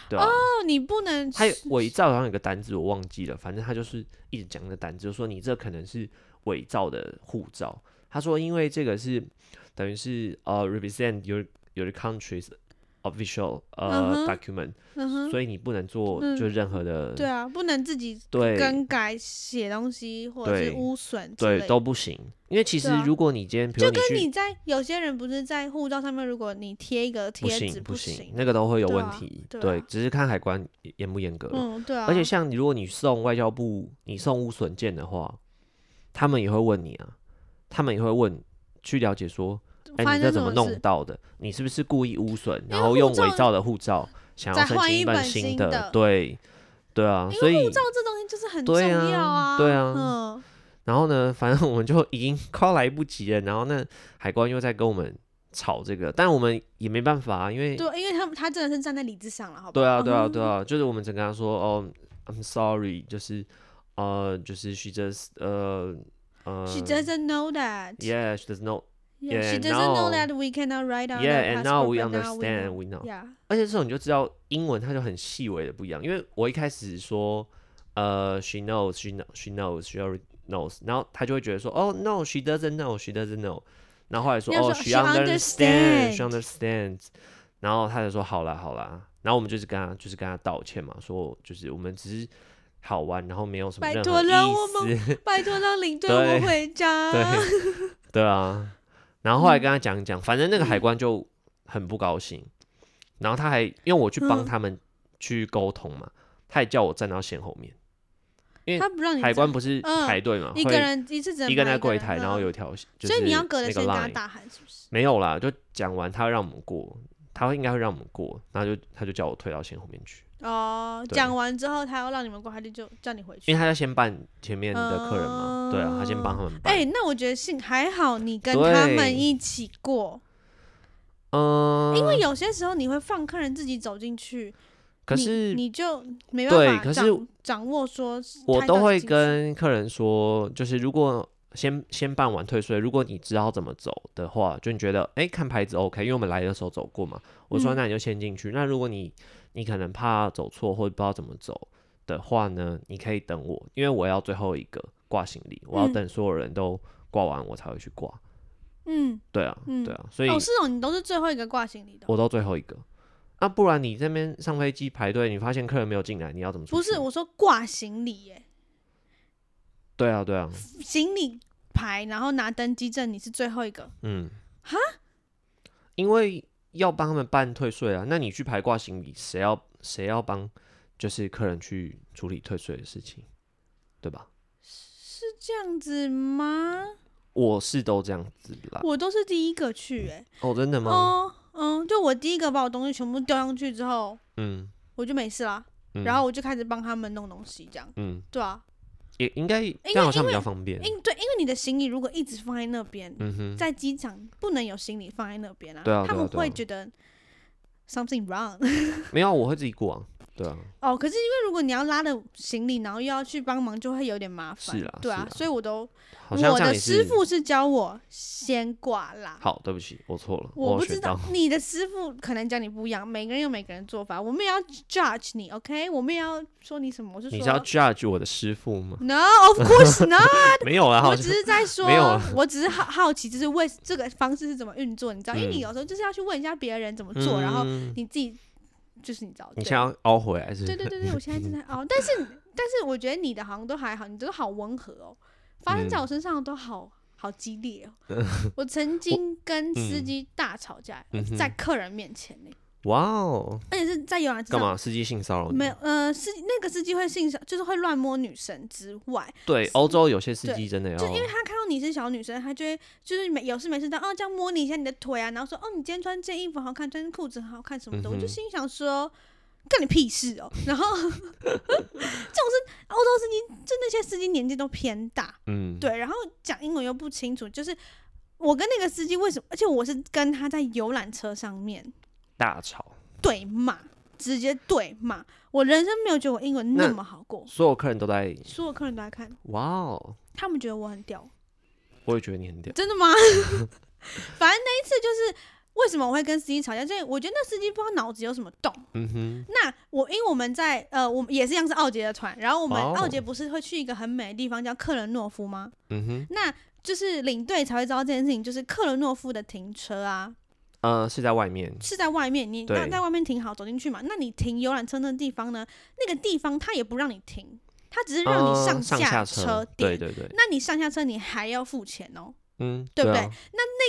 Speaker 2: 对啊，
Speaker 1: 哦，你不能
Speaker 2: 他有
Speaker 1: 是
Speaker 2: 伪造好像有个单字我忘记了，反正他就是一直讲那个单字，就说你这可能是伪造的护照。他说因为这个是等于是呃 represent your your country's official
Speaker 1: 嗯
Speaker 2: 呃、
Speaker 1: 哼
Speaker 2: document，、
Speaker 1: 嗯哼，
Speaker 2: 所以你不能做
Speaker 1: 嗯
Speaker 2: 就任何的、
Speaker 1: 对啊，不能自己
Speaker 2: 对
Speaker 1: 更改写东西或者是
Speaker 2: 对
Speaker 1: 污损之类
Speaker 2: 对
Speaker 1: 的
Speaker 2: 都不行，因为其实
Speaker 1: 对啊
Speaker 2: 如果你今天比如
Speaker 1: 就
Speaker 2: 你
Speaker 1: 跟
Speaker 2: 去
Speaker 1: 你在有些人不是在护照上面，如果你贴一个
Speaker 2: 不
Speaker 1: 贴纸
Speaker 2: 行
Speaker 1: 不
Speaker 2: 行，，那个都会有
Speaker 1: 对
Speaker 2: 问
Speaker 1: 啊
Speaker 2: 题，
Speaker 1: 对啊
Speaker 2: 只是看海关严不严格了。
Speaker 1: 嗯，对啊，
Speaker 2: 而且像你如果你送外交部，你送无损件的话，他们也会问你啊，他们也会问去了解说，哎、
Speaker 1: 发
Speaker 2: 你
Speaker 1: 生什
Speaker 2: 这怎么
Speaker 1: 事
Speaker 2: 弄到的？你是不是故意污损，
Speaker 1: 因
Speaker 2: 然
Speaker 1: 为
Speaker 2: 后
Speaker 1: 护
Speaker 2: 用
Speaker 1: 照
Speaker 2: 伪造的护照想要
Speaker 1: 再
Speaker 2: 申
Speaker 1: 换
Speaker 2: 请
Speaker 1: 一
Speaker 2: 本
Speaker 1: 本新
Speaker 2: 新
Speaker 1: 的
Speaker 2: 对对啊，
Speaker 1: 因
Speaker 2: 所以
Speaker 1: 护照这东西就是很重
Speaker 2: 对
Speaker 1: 要
Speaker 2: 啊
Speaker 1: 啊，
Speaker 2: 对啊
Speaker 1: 嗯，
Speaker 2: 然后呢， 反正我们就已经 快来不及了，然后那海关又在跟我们吵这个，但我们也没办法啊，因为
Speaker 1: 对，因为他们他真的是站在理智上了，好吧？
Speaker 2: 对啊，对啊，
Speaker 1: 嗯
Speaker 2: 对啊，就是我们整个跟他说，哦，I'm sorry，就是，呃，就是 she just，呃，呃
Speaker 1: She doesn't know that.
Speaker 2: yeah, she does not,
Speaker 1: Yeah, she
Speaker 2: yeah,
Speaker 1: doesn't know
Speaker 2: now-
Speaker 1: that we cannot write on
Speaker 2: yeah,
Speaker 1: the
Speaker 2: and now
Speaker 1: passport.
Speaker 2: we
Speaker 1: but now we
Speaker 2: understand,
Speaker 1: know.
Speaker 2: we know。
Speaker 1: Yeah.
Speaker 2: 而且这种你就知道英文它就很细微的不一样，因为我一开始说，呃，she knows, she knows, she knows, she already knows，然后他就会觉得说，哦，no, she doesn't know, she doesn't know，然后后来说，
Speaker 1: 你要
Speaker 2: 哦
Speaker 1: 说
Speaker 2: ，she
Speaker 1: she
Speaker 2: understands, she
Speaker 1: understands
Speaker 2: understands，然后他就说，好啦，好啦，然后我们就是跟他就是跟他道歉嘛，说就是我们只是好玩，然后没有什么
Speaker 1: 拜
Speaker 2: 任
Speaker 1: 托
Speaker 2: 何
Speaker 1: 让
Speaker 2: 意
Speaker 1: 我们
Speaker 2: 思，
Speaker 1: 拜托让 领队我
Speaker 2: 对
Speaker 1: 回家。
Speaker 2: 对对啊，然后后来跟他讲一讲，反正那个
Speaker 1: 嗯
Speaker 2: 海关就很不高兴，然后他还因为我去
Speaker 1: 嗯
Speaker 2: 帮他们去沟通嘛，他也叫我站到线后面，因为
Speaker 1: 他不哦让你
Speaker 2: 海
Speaker 1: 站
Speaker 2: 关不是
Speaker 1: 嗯
Speaker 2: 排队嘛，
Speaker 1: 一
Speaker 2: 会
Speaker 1: 个人一次只能
Speaker 2: 一个人
Speaker 1: 买
Speaker 2: 在柜台，
Speaker 1: 人
Speaker 2: 然后
Speaker 1: 嗯
Speaker 2: 有一条就是
Speaker 1: 所以你要隔着
Speaker 2: 那
Speaker 1: 线
Speaker 2: 个
Speaker 1: 跟他
Speaker 2: line
Speaker 1: 大喊，是不是？
Speaker 2: 没有啦，就讲完他会让我们过，他会应该会让我们过，然后就他就叫我退到线后面去，
Speaker 1: 哦，
Speaker 2: 对
Speaker 1: 讲完之后他要让你们过，他就就叫你回去
Speaker 2: 因为。他要先办前面的客人嘛，对啊，他先帮他们办。
Speaker 1: 哎、那我觉得幸还好，你跟他
Speaker 2: 对
Speaker 1: 们一起过，
Speaker 2: 嗯，
Speaker 1: 因为有些时候你会放客人自己走进去，
Speaker 2: 可
Speaker 1: 你
Speaker 2: 是
Speaker 1: 你就没
Speaker 2: 对
Speaker 1: 办法
Speaker 2: 可是
Speaker 1: 掌掌握说是
Speaker 2: 我
Speaker 1: 他到
Speaker 2: 都
Speaker 1: 底
Speaker 2: 会
Speaker 1: 进去
Speaker 2: 跟客人说，就是如果先先办完退税，如果你知道怎么走的话，就你觉得哎、诶看牌子 OK，因为我们来的时候走过嘛，我说
Speaker 1: 嗯
Speaker 2: 那你就先进去。那如果你你可能怕走错或者不知道怎么走的话呢，你可以等我，因为我要最后一个挂行李，我要
Speaker 1: 嗯
Speaker 2: 等所有人都挂完我才会去挂。
Speaker 1: 嗯，
Speaker 2: 对啊，
Speaker 1: 嗯
Speaker 2: 对啊，所以
Speaker 1: 哦是哦，你都是最后一个挂行李的哦、
Speaker 2: 我都最后一个。那、不然你这边上飞机排队，你发现客人没有进来，你要怎么出
Speaker 1: 不
Speaker 2: 去？
Speaker 1: 是我说挂行李耶，
Speaker 2: 对啊，对啊，
Speaker 1: 行李牌，然后拿登机证，你是最后一个，
Speaker 2: 嗯，哈，因为要帮他们办退税啊，那你去排挂行李，谁要谁要帮就是客人去处理退税的事情，对吧？
Speaker 1: 是这样子吗？
Speaker 2: 我是都这样子啦。
Speaker 1: 我都是第一个去哎、
Speaker 2: 哦，真的吗？
Speaker 1: 哦，嗯，就我第一个把我东西全部丢上去之后，
Speaker 2: 嗯，
Speaker 1: 我就没事啦。
Speaker 2: 嗯
Speaker 1: 然后我就开始帮他们弄东西，这样，
Speaker 2: 嗯，
Speaker 1: 对啊，
Speaker 2: 也应该
Speaker 1: 为
Speaker 2: 这样好像比较方便
Speaker 1: 因。对，因为你的行李如果一直放在那边，
Speaker 2: 嗯哼，
Speaker 1: 在机场不能有行李放在那边啊，
Speaker 2: 对啊
Speaker 1: 他
Speaker 2: 对啊
Speaker 1: 们
Speaker 2: 对啊
Speaker 1: 会觉得 something wrong。
Speaker 2: 没有，我会自己过啊。对啊，
Speaker 1: 哦，可是因为如果你要拉着行李，然后又要去帮忙，就会有点麻烦，
Speaker 2: 是啦
Speaker 1: 对啊，
Speaker 2: 是啦
Speaker 1: 所以我都
Speaker 2: 好像
Speaker 1: 我
Speaker 2: 这样
Speaker 1: 的
Speaker 2: 也
Speaker 1: 师
Speaker 2: 是。
Speaker 1: 傅是教我先挂啦。
Speaker 2: 好，对不起，我错了，
Speaker 1: 我
Speaker 2: 有
Speaker 1: 不
Speaker 2: 学
Speaker 1: 知道
Speaker 2: 到。
Speaker 1: 你的师傅可能教你不一样，每个人有每个人做法，我们也要 judge 你，OK？我们也要说你什么，我是说
Speaker 2: 你是要 judge 我的师傅吗？
Speaker 1: No, of course not。
Speaker 2: 没有啊啦，好
Speaker 1: 我
Speaker 2: 像
Speaker 1: 只是在说
Speaker 2: 没有啊了，
Speaker 1: 我只是好好奇，就是为这个方式是怎么运作，你知道？因为你
Speaker 2: 嗯
Speaker 1: 有时候就是要去问一下别人怎么做，然后
Speaker 2: 嗯
Speaker 1: 你自己就是你知道。
Speaker 2: 你
Speaker 1: 对
Speaker 2: 现在要凹回来是不
Speaker 1: 对
Speaker 2: 是？
Speaker 1: 对对对，我现在 正在熬，但是但是我觉得你的好像都还好，你都好温和哦，发生
Speaker 2: 嗯
Speaker 1: 在我身上的都好好激烈 哦。我曾经跟司机大吵架，
Speaker 2: 嗯哼
Speaker 1: 在客人面前呢，
Speaker 2: 哇哦，
Speaker 1: 而且是在游览车
Speaker 2: 干
Speaker 1: 上。
Speaker 2: 嘛？司机性骚扰你？
Speaker 1: 没有，呃，司那个司机会性骚，就是会乱摸女生之外，
Speaker 2: 对，欧洲有些司
Speaker 1: 对
Speaker 2: 机真的要，
Speaker 1: 就因为他看到你是小女生，他就会就是没有事没事的哦，这样摸你一下你的腿啊，然后说哦，你今天穿这件衣服好看，穿这裤子很好看什么的。我就
Speaker 2: 嗯哼
Speaker 1: 心里想说，干你屁事哦、然后 这种是欧洲司机，就那些司机年纪都偏大，
Speaker 2: 嗯，，
Speaker 1: 对，然后讲英文又不清楚，就是我跟那个司机为什么？而且我是跟他在游览车上面
Speaker 2: 大吵，
Speaker 1: 对骂，直接对骂。我人生没有觉得我英文那
Speaker 2: 那
Speaker 1: 么好过，
Speaker 2: 所有客人都在，
Speaker 1: 所有客人都在看，
Speaker 2: 哇哦，
Speaker 1: 他们觉得我很屌，
Speaker 2: 我也觉得你很屌，
Speaker 1: 真的吗？ 反正那一次就是为什么我会跟司机吵架，就是我觉得那司机不知道脑子有什么洞。
Speaker 2: 嗯哼，
Speaker 1: 那我因为我们在呃，我们也是一样是奥杰的团，然后我们
Speaker 2: 哦
Speaker 1: 奥杰不是会去一个很美的地方叫克伦诺夫吗？
Speaker 2: 嗯哼，
Speaker 1: 那就是领队才会知道这件事情，就是克伦诺夫的停车啊，
Speaker 2: 呃，是在外面，
Speaker 1: 是在外面，你
Speaker 2: 对
Speaker 1: 那在外面停好走进去嘛？那你停游览车那地方呢？那个地方它也不让你停，它只是让你
Speaker 2: 呃
Speaker 1: 上
Speaker 2: 上
Speaker 1: 下
Speaker 2: 车，
Speaker 1: 点。
Speaker 2: 对对对，
Speaker 1: 那你上下车你还要付钱哦，
Speaker 2: 嗯，
Speaker 1: 对不
Speaker 2: 啊
Speaker 1: 对？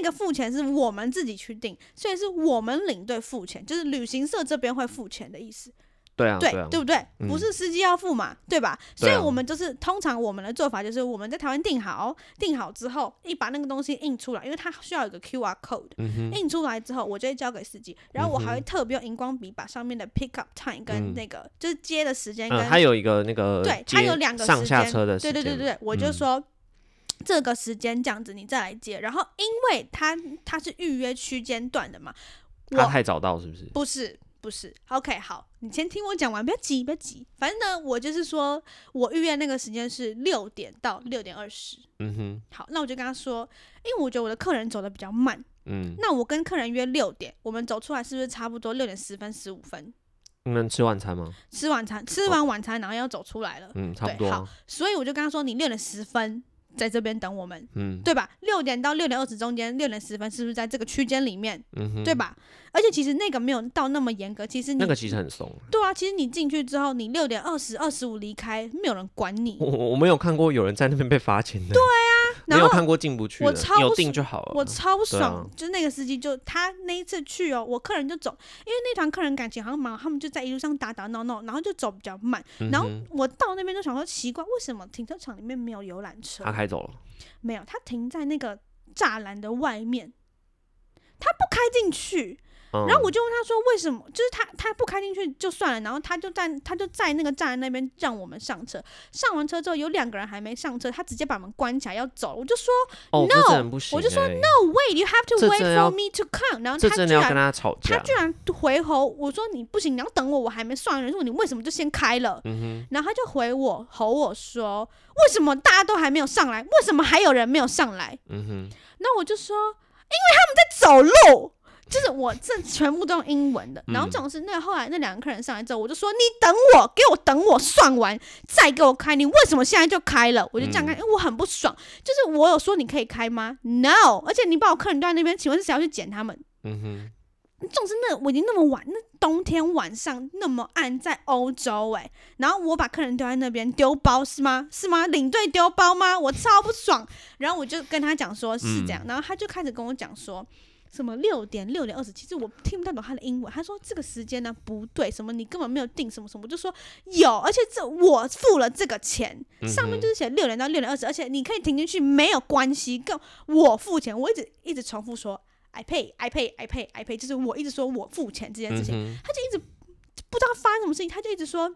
Speaker 1: 那个付钱是我们自己去定，所以是我们领队付钱，就是旅行社这边会付钱的意思，
Speaker 2: 对啊，
Speaker 1: 对
Speaker 2: 对啊，
Speaker 1: 不对？
Speaker 2: 嗯
Speaker 1: 不是司机要付嘛，对吧？所
Speaker 2: 对啊
Speaker 1: 以我们就是通常我们的做法就是我们在台湾定好，定好之后，一把那个东西印出来，因为它需要有个 QR code，
Speaker 2: 嗯哼，
Speaker 1: 印出来之后，我就会交给司机，然后我还会
Speaker 2: 嗯哼
Speaker 1: 特别用荧光笔把上面的 pick up time 跟
Speaker 2: 嗯
Speaker 1: 那个、就是接的时间跟、
Speaker 2: 嗯，它有一个那个
Speaker 1: 对它
Speaker 2: 接
Speaker 1: 有两个
Speaker 2: 上
Speaker 1: 时
Speaker 2: 下
Speaker 1: 间
Speaker 2: 车的时
Speaker 1: 对
Speaker 2: 间
Speaker 1: 对
Speaker 2: 嘛，
Speaker 1: 对对对，我就
Speaker 2: 嗯
Speaker 1: 说。这个时间这样子，你再来接。然后，因为它它是预约区间段的嘛，
Speaker 2: 他
Speaker 1: 我
Speaker 2: 太早到是不是？
Speaker 1: 不是不是，OK，好，你先听我讲完，不要急，不要急。反正呢，我就是说我预约那个时间是六点到六点二十。
Speaker 2: 嗯哼，
Speaker 1: 好，那我就跟他说，因为我觉得我的客人走的比较慢，
Speaker 2: 嗯，
Speaker 1: 那我跟客人约六点，我们走出来是不是差不多六点十分、十五分
Speaker 2: 你们吃晚餐吗？
Speaker 1: 吃晚餐？吃完晚餐然后要走出来了，
Speaker 2: 哦嗯，差
Speaker 1: 对
Speaker 2: 不多
Speaker 1: 好
Speaker 2: 啊，
Speaker 1: 所以我就跟他说，你六点十分在这边等我们，
Speaker 2: 嗯
Speaker 1: 对吧？六点到六点二十中间，六点十分是不是在这个区间里面，
Speaker 2: 嗯哼，
Speaker 1: 对？吧？而且其实那个没有到那么严格，其实你
Speaker 2: 那个其实很松，
Speaker 1: 对啊，其实你进去之后，你六点二十、二十五离开，没有人管你
Speaker 2: 我。我我没有看过有人在那边被罚钱的，对啊，没
Speaker 1: 然
Speaker 2: 有
Speaker 1: 后
Speaker 2: 看过进不去
Speaker 1: 我
Speaker 2: 的
Speaker 1: 超
Speaker 2: 你有
Speaker 1: 不爽
Speaker 2: 订就好了，
Speaker 1: 我超不
Speaker 2: 对啊
Speaker 1: 爽，就是那个司机就他那一次去哦，我客人就走，因为那团客人感情好像蛮好，他们就在一路上打打闹闹，然后就走比较慢。
Speaker 2: 嗯
Speaker 1: 然后
Speaker 2: 哼
Speaker 1: 我到那边就想说，奇怪，为什么停车场里面没有游览车
Speaker 2: 他？开走了，
Speaker 1: 没有，他停在那个栅栏的外面，他不开进去。
Speaker 2: 嗯
Speaker 1: 然后我就问他说为什么，就是他他不开进去就算了，然后他就在他就在那个站在那边让我们上车，上完车之后有两个人还没上车，他直接把门关起来要走，我就说
Speaker 2: 哦，这
Speaker 1: No，
Speaker 2: 真的不行欸，
Speaker 1: 我就说 No wait, you have to
Speaker 2: 这
Speaker 1: wait
Speaker 2: 真的要
Speaker 1: for me to come，然后
Speaker 2: 这
Speaker 1: 他
Speaker 2: 真
Speaker 1: 居
Speaker 2: 的要跟
Speaker 1: 然。
Speaker 2: 他吵
Speaker 1: 他
Speaker 2: 架，
Speaker 1: 居然回吼我说你不行，你要等我，我还没上完人数，你为什么就先开了？
Speaker 2: 嗯
Speaker 1: 然后他就回我吼我说，为什么大家都还没有上来？为什么还有人没有上来？
Speaker 2: 哼，嗯哼，
Speaker 1: 那我就说，因为他们在走路，就是我这全部都用英文的。
Speaker 2: 嗯
Speaker 1: 然后这种是那后来那两个客人上来之后，我就说你等我，给我等我算完再给我开。你为什么现在就开了？我就这样看，因为我很不爽。就是我有说你可以开吗？No，而且你把我客人端在那边，请问是谁要去捡他们？
Speaker 2: 嗯哼，
Speaker 1: 总之那我已经那么晚，那冬天晚上那么暗，在欧洲哎、然后我把客人丢在那边丢包是吗？是吗？领队丢包吗？我超不爽。然后我就跟他讲说是这样，然后他就开始跟我讲说。什么六点六点二十，其实我听不太懂他的英文。他说这个时间呢不对，什么你根本没有定什么什么，我就说有，而且这我付了这个钱，
Speaker 2: 嗯
Speaker 1: 上面就是写六点到六点二十，而且你可以停进去没有关系，跟我付钱。我一直一直重复说 I pay I pay I pay I pay，就是我一直说我付钱这件事
Speaker 2: 嗯
Speaker 1: 情，
Speaker 2: 哼，
Speaker 1: 他就一直不知道发生什么事情，他就一直说。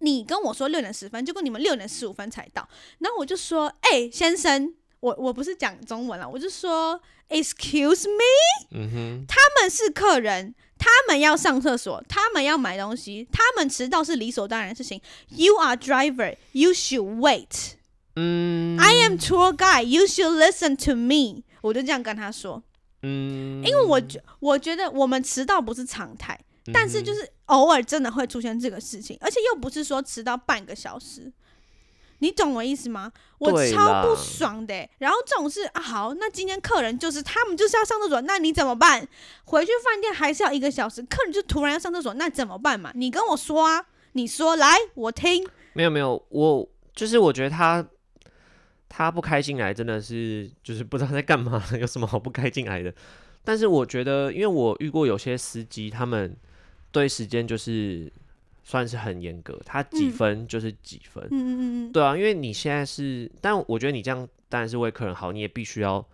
Speaker 1: 你跟我说六点十分，结果你们六点十五分才到，然后我就说：“哎、先生，我我不是讲中文了，我就说 Excuse me，
Speaker 2: 嗯哼，
Speaker 1: 他们是客人，他们要上厕所，他们要买东西，他们迟到是理所当然的事情。You are driver, you should wait.
Speaker 2: 嗯
Speaker 1: I am tour guide, you should listen to me。”我就这样跟他说，
Speaker 2: 嗯，
Speaker 1: 因为我觉我觉得我们迟到不是常态，但是就是是偶尔真的会出现这个事情，而且又不是说迟到半个小时，你懂我意思吗？我
Speaker 2: 对
Speaker 1: 超不
Speaker 2: 啦
Speaker 1: 爽的欸、然后这种事啊，好，那今天客人就是他们就是要上厕所，那你怎么办？回去饭店还是要一个小时，客人就突然要上厕所，那怎么办嘛？你跟我说啊，你说来，我听。
Speaker 2: 没有没有，我就是我觉得他他不开进来真的是就是不知道在干嘛， 有什么好不开进来的。但是我觉得，因为我遇过有些司机，他们对时间就是算是很严格，他几
Speaker 1: 嗯
Speaker 2: 分就是几分。
Speaker 1: 嗯嗯嗯
Speaker 2: 对啊，因为你现在是，但我觉得你这样当然是为客人好，你也必须要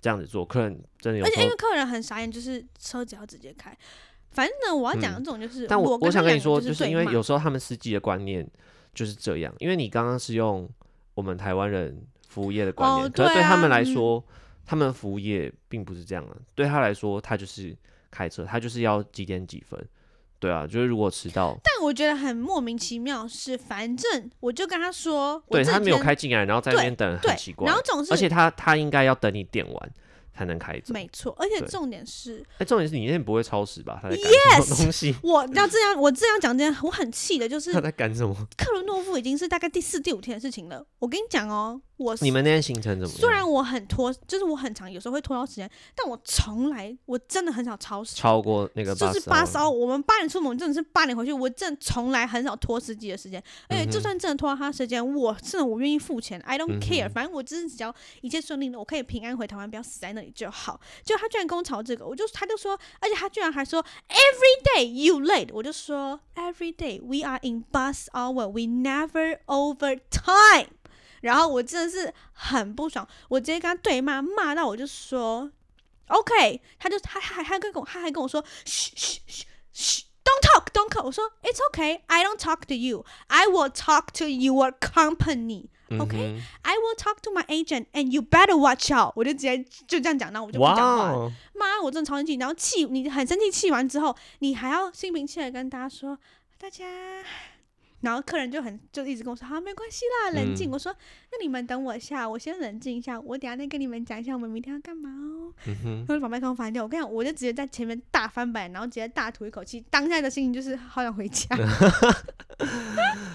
Speaker 2: 这样子做。客人真
Speaker 1: 嗯，
Speaker 2: 的有
Speaker 1: 而
Speaker 2: 时
Speaker 1: 且因为
Speaker 2: 候，
Speaker 1: 客人很傻眼，就是车子要直接开。反正呢，我要讲的
Speaker 2: 嗯
Speaker 1: 这种就是，
Speaker 2: 但
Speaker 1: 我
Speaker 2: 我想
Speaker 1: 他
Speaker 2: 跟
Speaker 1: 两
Speaker 2: 你
Speaker 1: 个
Speaker 2: 说，
Speaker 1: 就
Speaker 2: 就是
Speaker 1: 对
Speaker 2: 因为
Speaker 1: 骂
Speaker 2: 有时候他们司机的观念就是这样，因为你刚刚是用我们台湾人服务业的观
Speaker 1: 哦
Speaker 2: 念，可是
Speaker 1: 对
Speaker 2: 对他
Speaker 1: 啊
Speaker 2: 们来
Speaker 1: 嗯
Speaker 2: 说，他们服务业并不是这样啊。对他来说，他就是开车，他就是要几点几分，对啊，就是如果迟到，
Speaker 1: 但我觉得很莫名其妙是，反正我就跟他说，我
Speaker 2: 对
Speaker 1: 这
Speaker 2: 他没有
Speaker 1: 天
Speaker 2: 开进来，然后在那
Speaker 1: 对
Speaker 2: 边等，很
Speaker 1: 对
Speaker 2: 奇，怪
Speaker 1: 然。后总是
Speaker 2: 而且他他应该要等你点完才能开走。
Speaker 1: 没错，而且
Speaker 2: 对
Speaker 1: 重点是
Speaker 2: 哎、重点是你那天不会超时吧？他在赶什么
Speaker 1: Yes！
Speaker 2: 东西？
Speaker 1: 我要这样，我这样讲这样，我很气的，就是
Speaker 2: 他在赶什么？
Speaker 1: 克伦诺夫已经是大概第四、第五天的事情了。我跟你讲哦，我
Speaker 2: 你们那天行程怎么样？
Speaker 1: 虽然我很拖，就是我很长，有时候会拖到时间，但我从来我真的很少超时。
Speaker 2: 超过那个哦
Speaker 1: 就是
Speaker 2: 八
Speaker 1: 八烧，我们八点出门，真的是八点回去。我真的从来很少拖司机的时间，而且
Speaker 2: 嗯
Speaker 1: 就
Speaker 2: 哼
Speaker 1: 算真的拖到他时间，我真的我愿意付钱，I
Speaker 2: 嗯
Speaker 1: don't
Speaker 2: 哼
Speaker 1: care，、反正我真的只要一切顺利的，我可以平安回台湾，不要死在那里就好。就他居然跟我吵这个，我就他就说，而且他居然还说 every day you late，我就说 every day we are in bus hour，we never overtime。然后我真的是很不爽，我直接跟他对骂，骂到我就说 OK，他就他还还跟我他还跟我说，嘘嘘嘘嘘，Don't talk, don't talk。我说 It's okay, I don't talk to you, I will talk to your company,
Speaker 2: 嗯
Speaker 1: OK？
Speaker 2: 哼
Speaker 1: I will talk to my agent, and you better watch out。我就直接就这样讲，然后我就不
Speaker 2: 哇
Speaker 1: 讲话了。
Speaker 2: 哦，
Speaker 1: 妈，我真的超生气，然后气你很生气，气完之后你还要心平气和地跟大家说，大家。然后客人就很就一直跟我说，好、没关系啦，冷静。
Speaker 2: 嗯
Speaker 1: 我说，那你们等我一下，我先冷静一下，我等一下再跟你们讲一下我们明天要干嘛哦。
Speaker 2: 嗯哼，
Speaker 1: 他就把麦克风翻掉。我跟你讲，我就直接在前面大翻白眼，然后直接大吐一口气。当下的心情就是好想回家。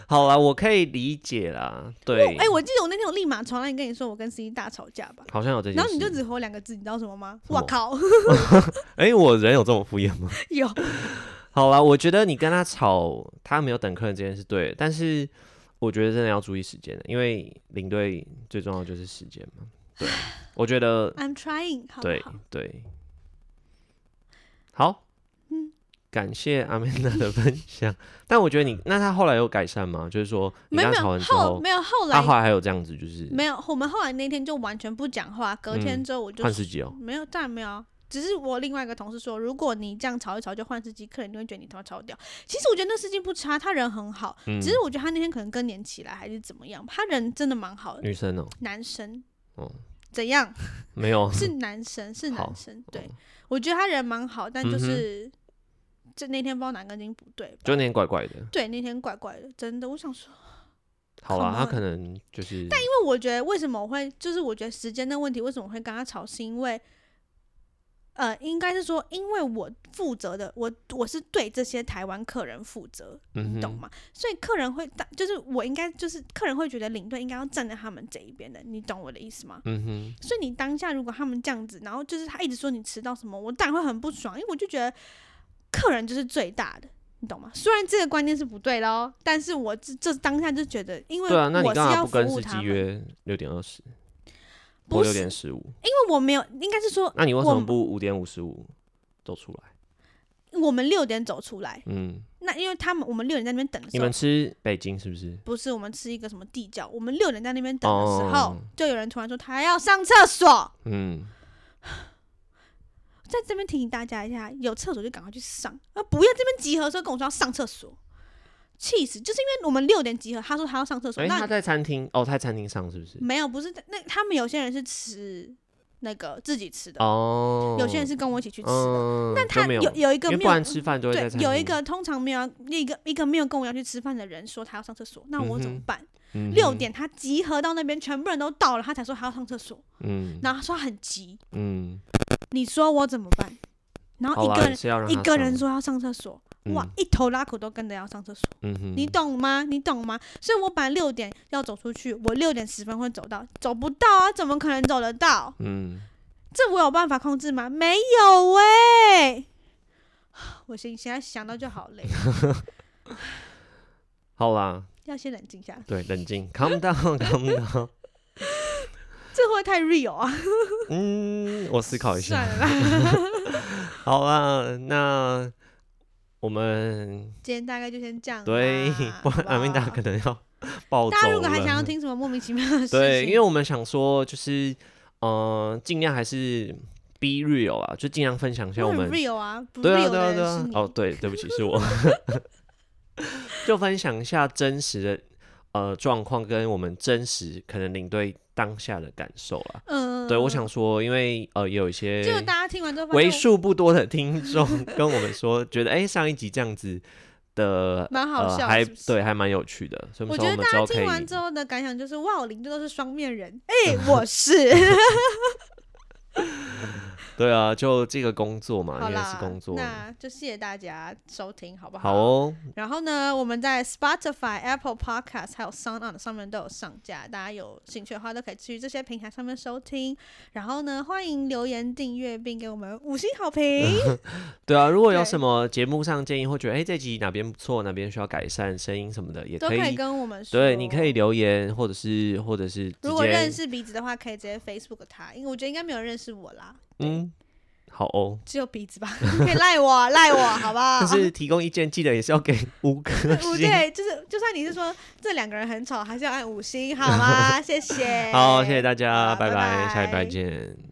Speaker 2: 好啦，我可以理解啦。
Speaker 1: 我
Speaker 2: 对，
Speaker 1: 哎、我记得我那天我立马传来跟你说，我跟司机大吵架吧。
Speaker 2: 好像有这件事。
Speaker 1: 然后你就只回我两个字，你知道什么吗？
Speaker 2: 什么
Speaker 1: 我靠，
Speaker 2: 哎、我人有这么敷衍吗？
Speaker 1: 有
Speaker 2: 好啦，我觉得你跟他吵，他没有等客人这件事对的，但是我觉得真的要注意时间的，因为领队最重要的就是时间嘛。对，我觉得
Speaker 1: ，I'm trying，好
Speaker 2: 对
Speaker 1: 不好？
Speaker 2: 对，好，
Speaker 1: 嗯
Speaker 2: 感谢阿曼达的分享。 但我觉得你，那他后来有改善吗？就是说，你
Speaker 1: 没有
Speaker 2: 跟
Speaker 1: 没
Speaker 2: 他吵
Speaker 1: 有
Speaker 2: 完之
Speaker 1: 后
Speaker 2: 后，
Speaker 1: 没有后
Speaker 2: 他、
Speaker 1: 来
Speaker 2: 后来还有这样子，就是
Speaker 1: 没有，我们后来那天就完全不讲话。隔天之后我就
Speaker 2: 嗯换司机哦。
Speaker 1: 没有，当然没有啊。只是我另外一个同事说，如果你这样吵一吵就换司机，客人就会觉得你他妈超屌。其实我觉得那司机不差，他人很好，
Speaker 2: 嗯，
Speaker 1: 只是我觉得他那天可能更年期来还是怎么样，他人真的蛮好的。
Speaker 2: 女生哦、
Speaker 1: 男生，
Speaker 2: 哦
Speaker 1: 怎样？
Speaker 2: 没有，
Speaker 1: 是男生，是
Speaker 2: 好哦
Speaker 1: 男生。对，我觉得他人蛮好，但
Speaker 2: 嗯
Speaker 1: 就
Speaker 2: 哼
Speaker 1: 是、这那天不知道哪根筋不对吧
Speaker 2: 就那天怪怪的。
Speaker 1: 对，那天怪怪的，真的。我想说，
Speaker 2: 好啦，
Speaker 1: Come
Speaker 2: 他
Speaker 1: on
Speaker 2: 可能就是，
Speaker 1: 啊因为我觉得为什么我会，就是我觉得时间的问题，为什么我会跟他吵，是因为，呃，应该是说，因为我负责的，我我是对这些台湾客人负责，你
Speaker 2: 嗯哼
Speaker 1: 懂吗？所以客人会，就是我应该就是客人会觉得领队应该要站在他们这一边的，你懂我的意思吗？
Speaker 2: 嗯哼，
Speaker 1: 所以你当下如果他们这样子，然后就是他一直说你迟到什么，我当然会很不爽，因为我就觉得客人就是最大的，你懂吗？虽然这个观念是不对的哦，但是我这这当下就觉得，因为
Speaker 2: 对啊，那你
Speaker 1: 我是
Speaker 2: 干嘛
Speaker 1: 要
Speaker 2: 不
Speaker 1: 服
Speaker 2: 跟
Speaker 1: 务
Speaker 2: 司
Speaker 1: 他们，
Speaker 2: 机
Speaker 1: 因为
Speaker 2: 约六点二十
Speaker 1: 不
Speaker 2: 或
Speaker 1: 是
Speaker 2: 六点十五？
Speaker 1: 我没有，应该是说
Speaker 2: 那你为什
Speaker 1: 我
Speaker 2: 么不五点五十五走出来？
Speaker 1: 我们六点走出来，
Speaker 2: 嗯，
Speaker 1: 那因为他们我们六点在那边等的
Speaker 2: 你
Speaker 1: 时候
Speaker 2: 们。吃北京是不是？
Speaker 1: 不是我们吃一个什么地窖，我们六点在那边等的时候
Speaker 2: 哦
Speaker 1: 就有人突然说他要上厕所，
Speaker 2: 嗯，
Speaker 1: 在这边提醒大家一下，有厕所就赶快去上，啊，不要这边集合的时候跟我说要上厕所，气死！就是因为我们六点集合，他说他要上厕所，
Speaker 2: 哎、
Speaker 1: 那嗯
Speaker 2: 他在餐厅哦，他在餐厅上是不是？
Speaker 1: 没有，不是那他们有些人是吃那个自己吃的，
Speaker 2: 哦，
Speaker 1: 有些人是跟我一起去吃的。
Speaker 2: 嗯，
Speaker 1: 但
Speaker 2: 就
Speaker 1: 他
Speaker 2: 没
Speaker 1: 有有一个
Speaker 2: 因为
Speaker 1: 没
Speaker 2: 不然
Speaker 1: 有
Speaker 2: 吃饭都会在
Speaker 1: 对
Speaker 2: 餐厅。
Speaker 1: 有一个通常没有要一个一个没有跟我要去吃饭的人说他要上厕所，那我怎
Speaker 2: 嗯
Speaker 1: 么
Speaker 2: 哼
Speaker 1: 办？
Speaker 2: 嗯
Speaker 1: 六
Speaker 2: 哼，
Speaker 1: 点他集合到那边，全部人都到了，他才说他要上厕所，
Speaker 2: 嗯
Speaker 1: 然后他说他很急，
Speaker 2: 嗯，
Speaker 1: 你说我怎么办？然后一
Speaker 2: 好
Speaker 1: 个
Speaker 2: 啦，
Speaker 1: 人
Speaker 2: 是要让
Speaker 1: 一
Speaker 2: 他
Speaker 1: 个
Speaker 2: 上
Speaker 1: 人，说要上厕所，哇
Speaker 2: 嗯，
Speaker 1: 一头拉苦都跟着要上厕所，
Speaker 2: 嗯哼，
Speaker 1: 你懂吗？你懂吗？所以我本来六点要走出去，我六点十分会走到，走不到啊，怎么可能走得到？
Speaker 2: 嗯，
Speaker 1: 这我有办法控制吗？没有喂、我现现在想到就好累，
Speaker 2: 好啦，
Speaker 1: 要先冷静一 下，
Speaker 2: 对，冷静 ，calm down，calm down。
Speaker 1: 这会不会太 real 啊？
Speaker 2: 嗯，我思考一下
Speaker 1: 算。了啦，
Speaker 2: 好啦，那我们
Speaker 1: 今天大概就先这样啦。
Speaker 2: 对，不
Speaker 1: 好
Speaker 2: 然
Speaker 1: 不
Speaker 2: 阿明达
Speaker 1: 好
Speaker 2: 可能要暴走
Speaker 1: 大家如果还
Speaker 2: 了
Speaker 1: 想要听什么莫名其妙的事情，
Speaker 2: 呃对，因为我们想说就是，嗯、尽量还是 be real 啊，就尽量分享一下
Speaker 1: 我
Speaker 2: 我
Speaker 1: 很
Speaker 2: 们
Speaker 1: real 啊，不
Speaker 2: 对啊
Speaker 1: real
Speaker 2: 对啊
Speaker 1: 的
Speaker 2: 对
Speaker 1: 人
Speaker 2: 啊
Speaker 1: 是，你。
Speaker 2: 哦对，对不起是我， 就分享一下真实的呃状况跟我们真实可能领队当下的感受啦。
Speaker 1: 嗯，
Speaker 2: 对，我想说，因为呃也有一些
Speaker 1: 就大家听完之后发现
Speaker 2: 为
Speaker 1: 我
Speaker 2: 数不多的听众跟我们说，觉得哎、上一集这样子的
Speaker 1: 蛮好
Speaker 2: 呃
Speaker 1: 笑
Speaker 2: 还
Speaker 1: 是不是
Speaker 2: 对还蛮有趣的，所以
Speaker 1: 我
Speaker 2: 我
Speaker 1: 觉
Speaker 2: 们说
Speaker 1: 得大
Speaker 2: 我们之
Speaker 1: 家
Speaker 2: 后可
Speaker 1: 听完
Speaker 2: 以
Speaker 1: 之后的感想就是，哇，林这都是双面人， 哎、我是，
Speaker 2: 对啊，就这个工作 嘛，
Speaker 1: 好
Speaker 2: 因为是
Speaker 1: 啦，
Speaker 2: 工作，
Speaker 1: 那就谢谢大家收听，好不
Speaker 2: 好哦，
Speaker 1: 然后呢，我们在 Spotify、Apple Podcast 还有 Sound On 上面都有上架，大家有兴趣的话都可以去这些平台上面收听。然后呢，欢迎留言、订阅并给我们五星好评。
Speaker 2: 对啊，如果有
Speaker 1: 对
Speaker 2: 什么节目上建议或觉得哎、这集哪边不错，哪边需要改善声音什么的，也
Speaker 1: 都
Speaker 2: 可
Speaker 1: 可以
Speaker 2: 以。
Speaker 1: 跟我们说。
Speaker 2: 对，你可以。留言，或者是或者是直
Speaker 1: 如果认
Speaker 2: 接
Speaker 1: 识鼻子的话，可以直接 Facebook 他，因为我觉得应该没有人认识我啦，
Speaker 2: 嗯，好哦。
Speaker 1: 只有鼻子吧， 可以赖我，啊赖我，好不好？
Speaker 2: 但 是提供意见，记得也是要给五颗
Speaker 1: 五
Speaker 2: 星。
Speaker 1: 对，就是就算你是说这两个人 很吵，还是要按五星，好吗？谢谢。
Speaker 2: 好，谢谢大
Speaker 1: 好
Speaker 2: 家，
Speaker 1: 啦
Speaker 2: 拜
Speaker 1: 拜
Speaker 2: 下礼拜
Speaker 1: 拜
Speaker 2: 见。